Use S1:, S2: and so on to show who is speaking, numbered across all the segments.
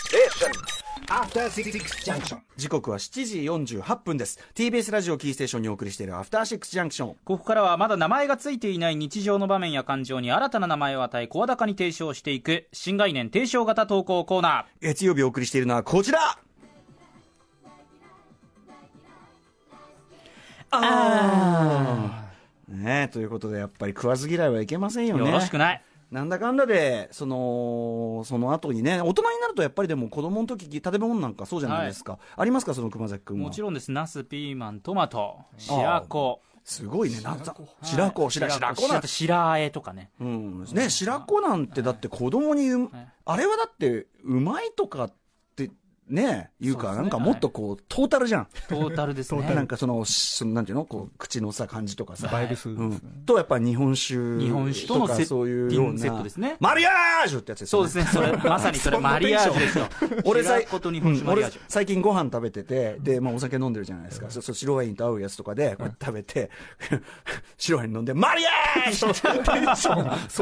S1: Station.
S2: After Six Junction.
S3: 時刻は7時48分です TBS ラジオキーステーションにお送りしているアフターシックスジャンクション
S4: ここからはまだ名前がついていない日常の場面や感情に新たな名前を与え声高に提唱していく新概念提唱型投稿コーナ
S3: 月曜日お送りしているのはこちらあーねえということでやっぱり食わず嫌いはいけませんよ
S4: ー
S3: ね
S4: よろしくない
S3: なんだかんだでそのその後にね大人になるとやっぱりでも子供の時食べ物なんかそうじゃないですか、ありますかその熊崎君は
S4: もちろんですナスピーマントマト白子
S3: すごいねなんざ白子白白子なん
S4: あと
S3: て
S4: 白あえとかね
S3: うんね白子なんてだって子供にうあれはだってうまいとかってね言うか
S4: そうですね
S3: なんかもっとこうトータルじゃん
S4: トータルですね
S3: なんかその、しそのなんていうのこう、口のさ、感じとかさ。
S5: バイブスです
S3: う
S5: ね
S3: ん。と、やっぱ日本酒。
S4: 日本酒との
S3: か
S4: セッ
S3: そういうよう
S4: ティン
S3: な。
S4: グセットですね
S3: マリアージュってやつです
S4: そうですね それまさにそれ
S3: そんな
S4: マリアージュですよ
S3: 俺さ
S4: 白
S3: い
S4: 子と日本酒
S3: うん
S4: マリアージュ
S3: 俺最近ご飯食べてて、で、まあお酒飲んでるじゃないですか。そそう白ワインと合うやつとかで、こうやって食べて、 白ワイン飲んで、マリアージ ュ
S5: そ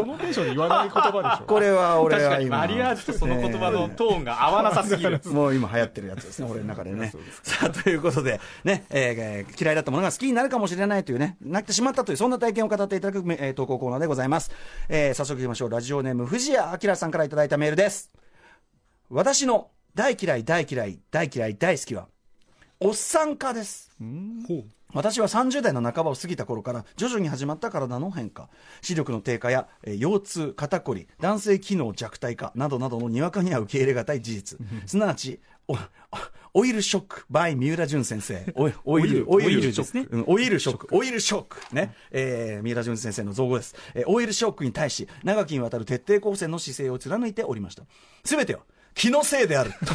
S5: のテンションで言わない言葉でしょ。
S3: これは俺
S4: 確
S3: は
S4: かに
S3: 今。
S4: マリアージュとその言葉のトーンが合わなさすぎる
S3: もう今流行ってるやつですね、俺の中でね。さあ、ということで、ね、えーえー嫌いだったものが好きになるかもしれないというね、なってしまったという、そんな体験を語っていただく、えー投稿コーナーでございます。えー早速行きましょう。ラジオネーム、藤谷明さんからいただいたメールです。私の大嫌い、大嫌い、大嫌い、大好きは、おっさん化です。私は30代の半ばを過ぎた頃から徐々に始まった体の変化視力の低下や、えー腰痛肩こり男性機能弱体化などなどのにわかには受け入れがたい事実すなわちおオイルショック by 三浦淳先生オイオイルオイ
S4: オイ
S3: ル
S4: ル
S3: シ
S4: で
S3: ョッ
S4: す
S3: ク、
S4: ね
S3: うんオイルショックオイルショックね、えー三浦淳先生の造語です、えーオイルショックに対し長きにわたる徹底抗戦の姿勢を貫いておりました全ては気のせいである と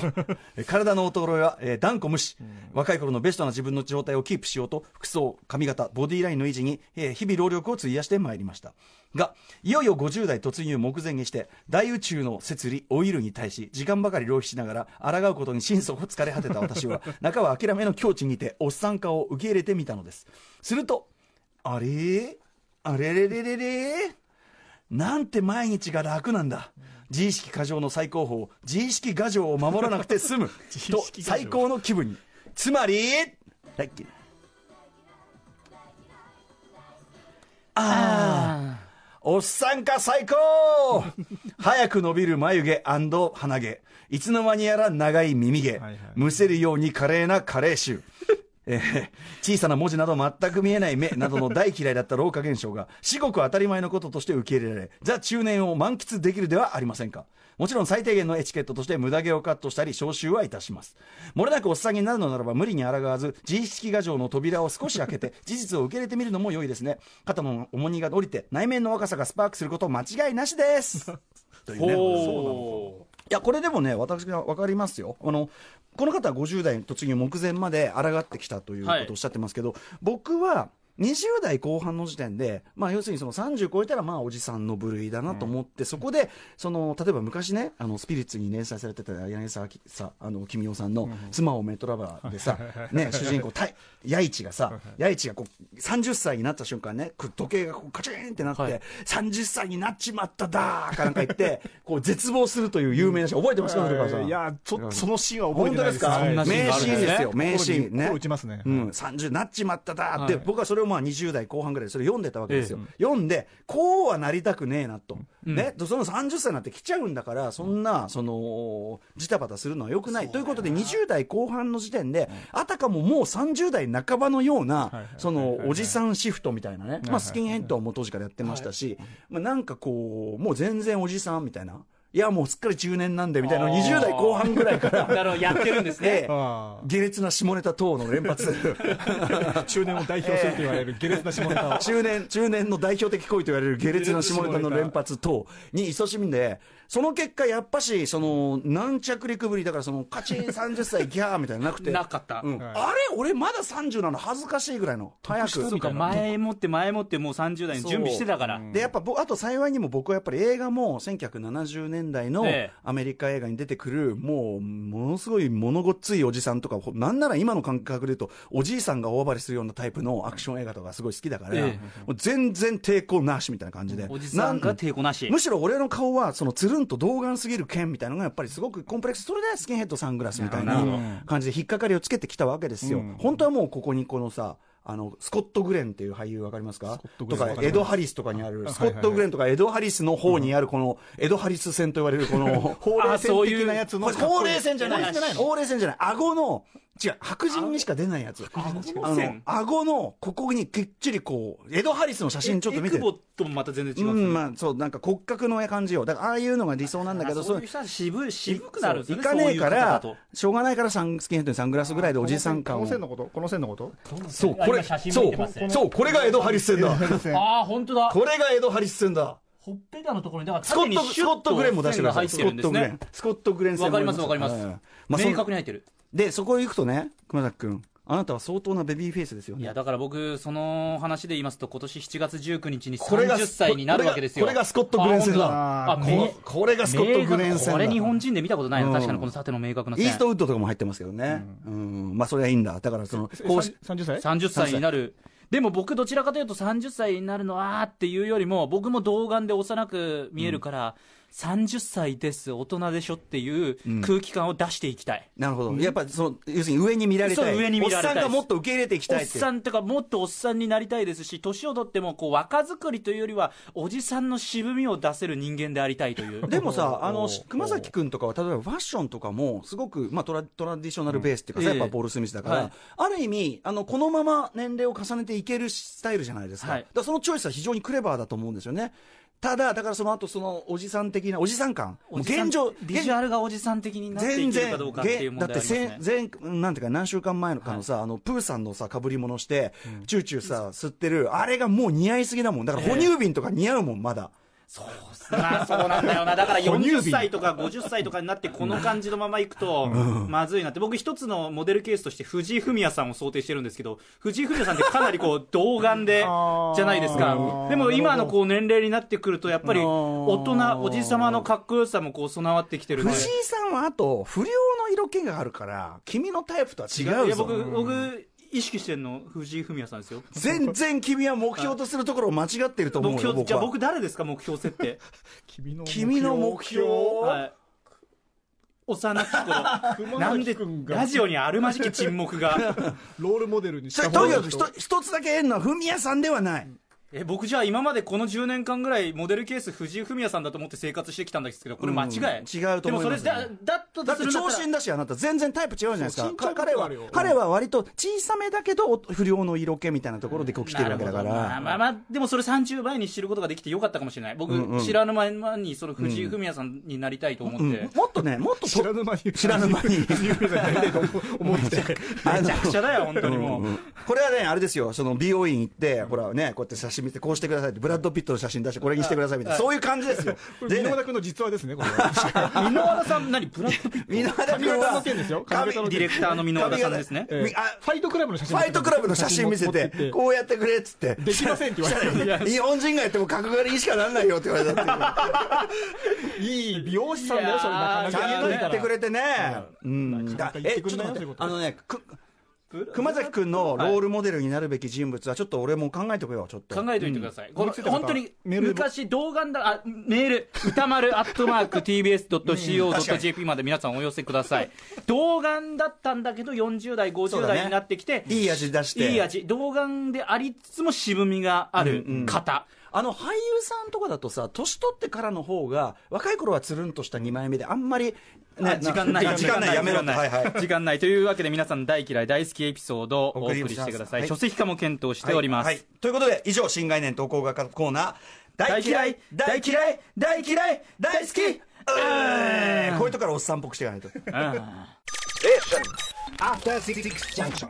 S3: えー体の衰えは、えー断固無視、若い頃のベストな自分の状態をキープしようと服装髪型ボディラインの維持に、えー日々労力を費やしてまいりましたがいよいよ50代突入目前にして大宇宙の摂理オイルに対し時間ばかり浪費しながら抗うことに心底疲れ果てた私は 中は諦めの境地にておっさん化を受け入れてみたのですするとあれーあれれれれれーなんて毎日が楽なんだ。自意識過剰の最高峰、自意識過剰を守らなくて済む。と、最高の気分に。つまり、ラッキーああ。おっさんか最高早く伸びる眉毛鼻毛。いつの間にやら長い耳毛。
S5: はいはい
S3: むせるように華麗なカレー臭。えー小さな文字など全く見えない目などの大嫌いだった老化現象が至極当たり前のこととして受け入れられザ中年を満喫できるではありませんかもちろん最低限のエチケットとして無駄毛をカットしたり消臭はいたします漏れなくおっさんになるのならば無理に抗わず自意識過剰の扉を少し開けて事実を受け入れてみるのも良いですね肩の重荷が降りて内面の若さがスパークすること間違いなしです と いうね
S4: ほ
S3: いやこれでもね私は分かりますよあのこの方は50代突入目前まで抗ってきたということを
S4: はい
S3: おっしゃってますけど、僕は20代後半の時点で、まあ、要するにその30超えたらまあおじさんの部類だなと思って、そこでその例えば昔ねあのスピリッツに連載されてた柳沢きさあの君雄さんの「妻をメトラバー」でさ、ね、主人公たい弥一がさ弥一がこう30歳になった瞬間ねこう時計がこうカチンってなって、
S4: はい
S3: 30歳になっちまっただーかなんか言ってこう絶望するという有名な人覚えてますか古川さん
S5: いや、ちょっとそのシーンは覚えてないです
S3: 本
S4: ん
S3: 当
S4: な
S3: ですか名シーンですよ、名シーンね。
S5: 心打ちますね
S3: うん、30なっちまっただって、
S4: はい
S3: 僕はそれをまあ20代後半ぐらいでそれ読んでたわけですよ。読んで、こうはなりたくねえなと。ね、その30歳になって来ちゃうんだから、そんな、その、ジタバタするのは良くない。ということで、20代後半の時点で、あたかももう30代半ばのような、その、おじさんシフトみたいなね、まあスキンヘッドも当時からやってましたし、まあなんかこう、もう全然おじさんみたいな。いや、もうすっかり中年なんで、みたいな、
S4: あー
S3: 20代後半ぐらいから、
S4: うなるほどやってるんですね
S3: ええ
S5: あ
S3: 下劣な下ネタ等の連 発
S5: あ中年を代表すると言われる下劣な下ネタを。
S3: 中年中年の代表的行為と言われる下劣な下ネタの連発等に勤しんでその結果やっぱしその軟着陸ぶりだからそのカチン30歳ギャーみたいなのなくて
S4: なかった
S3: うんあれ俺まだ30なの恥ずかしいぐらいの早く
S4: そうか前もって前もってもう30代に準備してたから
S3: でやっぱぼあと幸いにも僕はやっぱり映画も1970年年代の
S4: ええ
S3: アメリカ映画に出てくる、もう、ものすごい物ごっついおじさんとか、ほなんなら今の感覚で言うと、おじいさんが大暴れするようなタイプのアクション映画とかすごい好きだから、
S4: ええ
S3: もう全然抵抗なしみたいな感じで。
S4: おじさんが抵抗なし
S3: むしろ俺の顔は、そのつるんと童顔すぎる剣みたいなのがやっぱりすごくコンプレックス、それでスキンヘッドサングラスみたい
S4: な
S3: な
S4: るほ
S5: ど
S3: 感じで引っかかりをつけてきたわけですよ。
S5: うん
S3: 本当はもうここにこのさ、あの、スコット・グレンっていう俳優わかりますか
S5: スコットグレ
S3: と
S5: ン
S3: か
S5: わ、かります
S3: エド・ハリスとかにある、
S5: あ
S3: スコット・グレンとかエド・ハリスの方にあるこの、エド・ハリス戦と言われるこ の、
S5: ほうれい線的なやつの
S3: これほうれい線じゃない。
S5: ほうれい線じゃないの
S3: ほうれい線じゃない。顎の、違う、白人にしか出ないやつ。あの、顎の、ここにきっちりこう、エド・ハリスの写真ちょっと見て
S4: エク。ボともまた全然違う
S3: うん
S4: です
S3: ん、
S4: ね
S3: まあ、そう、なんか骨格の感じよ。だから、ああいうのが理想なんだけど、
S4: あそう
S3: い
S4: いう人は渋い渋くなるんですよね
S3: 行かねえか
S4: そういう方だ
S3: ら
S4: と、
S3: しょうがないからサン、スキンヘッドにサングラスぐらいでおじさん感
S5: こ
S3: を
S5: の。線のことこの線のこと
S3: そう、
S4: あ
S3: これ、
S4: 今写真
S3: そ
S4: 見てます
S3: う、そう、これがエド・ハリス戦 だ。
S4: ああ本当だ
S3: これがエド・ハリス戦だ。
S4: ほっぺたのところにだから
S3: スコット、スコット・グレンも出してください。
S4: 線
S3: スコ
S4: が入っ
S3: ッ
S4: て
S3: ト・
S4: るん
S3: グ
S4: で
S3: レ
S4: すね
S3: ン。スコット・グレン戦
S4: わ
S3: も
S4: かりますわかります、
S3: はいまあそ
S4: 明
S3: の
S4: 確に入ってる
S3: で、そこ行くとね、熊崎君、あなたは相当なベビーフェイスですよ
S4: い
S3: ね
S4: や。だから僕その話で言いますと今年7月19日に
S3: これが
S4: 30歳になるわけですよ
S3: これがこれがスコットグレンセンだ
S4: あ本当だあ
S3: ここれがスコットグレンセンだ
S4: これ日本人で見たことないの
S3: うん
S4: 確かにこの縦の明確な
S3: イ
S4: 線
S3: ーストウッドとかも入ってますけどね。うん。まあ、それはいいんだ。だから、その、こうし、
S5: 30歳
S4: 30歳になるでも僕どちらかというと30歳になるのはっていうよりも僕も童顔で幼く見えるから、30歳です大人でしょっていう空気感を出していきたい、
S3: なるほど。やっぱ、その、要するに上に見られたい。
S4: そう上に見られたい
S3: おっさんがもっと受け入れていきた
S4: お
S3: い
S4: っ
S3: って。
S4: さんとかもっとおっさんになりたいですし年を取ってもこう若作りというよりはおじさんの渋みを出せる人間でありたいという
S3: でもさ、あの、し熊崎
S4: 君
S3: くんとかは、例えばファッションとかも、すごく、まあトラ、トラディショナルベースっていうかさ、
S4: うん
S3: やっぱポール・スミスだから、
S4: ええはい
S3: ある意味、あの、このまま年齢を重ねていけるスタイルじゃないですか。
S4: はい
S3: だからそのチョイスは非常にクレバーだと思うんですよね。ただ、だからその後、その、おじさん的な、おじさん感。もう現状、
S4: ビジュアルがおじさん的になって
S3: 全
S4: いける
S3: 然
S4: かどうかっていう問
S3: だ
S4: 題
S3: っ
S4: あ
S3: て
S4: ります
S3: せ
S4: ね
S3: 前なんていうか何週間前のかのさ、あのプーさんのさ被り物して、チューチューさ吸ってるあれがもう似合いすぎだもんだから哺乳瓶とか似合うもんまだ、
S4: そうっすなそうなんだよなだから
S5: 哺乳瓶
S4: 40歳とか50歳とかになってこの感じのままいくとまずいなって僕一つのモデルケースとして藤井フミヤさんを想定してるんですけど藤井フミヤさんってかなりこう童顔で
S5: あー
S4: じゃないです
S5: な
S4: か
S5: るほど
S4: でも今のこう年齢になってくるとやっぱり
S3: あー
S4: 大人おじさまのかっこよさもこう備わってきてるので
S3: 藤井さんはあと不良の色気があるから君のタイプとは違
S4: いうや
S3: ぞ
S4: 僕僕意識してるの藤井フミヤさんですよ
S3: 全然君は目標とするところを間違ってると思うよ
S4: 目標
S3: 僕
S4: じゃあ
S3: は
S4: 僕誰ですか目標設定
S5: 君の
S3: 君の目標
S4: はい幼き頃
S5: 熊
S4: なん
S5: 崎
S4: で
S5: 君が
S4: ラジオにあるまじき沈黙 が
S5: ロールモデルにし
S3: そ
S5: た
S3: れ
S5: 方
S3: と
S5: が
S3: に
S5: いい
S3: かく
S5: と
S3: ひと一つだけ言えるのはフミヤさんではない、
S4: え僕じゃあ今までこの10年間ぐらいモデルケース藤井フミヤさんだと思って生活してきたんですけどこれ間違い、
S3: うん違うと思います
S4: でもそれだだと
S3: だって
S4: するん
S3: 長身
S4: だったら
S3: だしあなた全然タイプ違うじゃないです
S5: そ
S3: か
S5: う身長
S3: か
S5: も
S3: 彼
S5: あ
S3: は
S5: るよ
S3: 彼は割と小さめだけどお不良の色気みたいなところでこう来てるわけだか
S4: なるほどまあ
S3: ら
S4: まあまあ、でもそれ30倍に知ることができてよかったかもしれない。僕、
S3: うんうん
S4: 知らぬ間にその藤井フミヤさんになりたいと思って。
S3: うんもっとねもっとと
S5: 知らぬ間に
S3: 知らぬ 間に
S5: 有名な人間だと思って
S3: あ
S4: めちゃ
S3: の
S4: くちゃだよ、本当にもう。
S3: これはね、あれですよ、その美容院行って、ほらね、こうやって写真見て、こうしてくださいって、ブラッド・ピットの写真出して、これにしてくださいみたいな、そういう感じですよ。
S5: これ
S3: で
S5: 箕
S3: ね
S5: 輪田君の実話ですねこれは
S4: 箕輪田さん、何ブラッドピット
S3: 箕輪田
S5: 髪
S3: 君
S5: 型
S3: は
S5: の件ですよ
S3: 髪
S5: 髪型の
S4: ディレクターの箕輪田さんですね。
S5: ええ
S3: あ
S5: ファイトクラブの写
S3: フ
S5: 真
S3: ァイトクラブの写真見せ
S5: 持ってきて、
S3: こうやってくれっつって、
S5: できませんって言われ て
S3: 日本人がやっても角刈りにしかならないよって言われたっていう。
S5: いい美容師さんだよそれなかな
S3: ちゃん
S5: か
S3: と
S5: ね
S3: 言ってくれてね。うん。
S5: なかな
S3: だ
S5: か言っ
S3: え、
S5: て
S3: ちょ
S5: く
S3: っ
S5: れ
S3: と
S5: ないよそうい
S3: 待って
S5: う、こと
S3: あのね、く熊崎君のロールモデルになるべき人物は、ちょっと俺も考えておくよ、ちょっと。
S4: 考えておいてください。この
S5: 見つけた方
S4: 本当に
S5: メールでも
S4: 昔動画だ、あ、メール、歌丸アットマーク tbs.co.jp まで皆さんお寄せくだ さい。動画だったんだけど40代、
S3: そう
S4: 50
S3: だね
S4: 代になってきて、
S3: いい味出して。
S4: いい味、動画でありつつも渋みがある方。
S3: あの俳優さんとかだとさ、年取ってからの方が、若い頃はつるんとした2枚目で、あんまり、
S4: あ時間ない、
S3: 時間ない、やめろって、はいはい。
S4: 時間ない。というわけで皆さん大嫌い、大好きエピソードをお
S3: お
S4: 送
S3: 送
S4: り
S3: り
S4: してくださ。
S3: はいい
S4: 書籍化も検討しております。
S3: はいはいということで、以上、新概念投稿型コーナー、
S4: 大嫌い、大嫌い、大嫌い、大好き
S3: えーこういうとこからおっさんっぽくしていかないと。
S2: After Six Junction.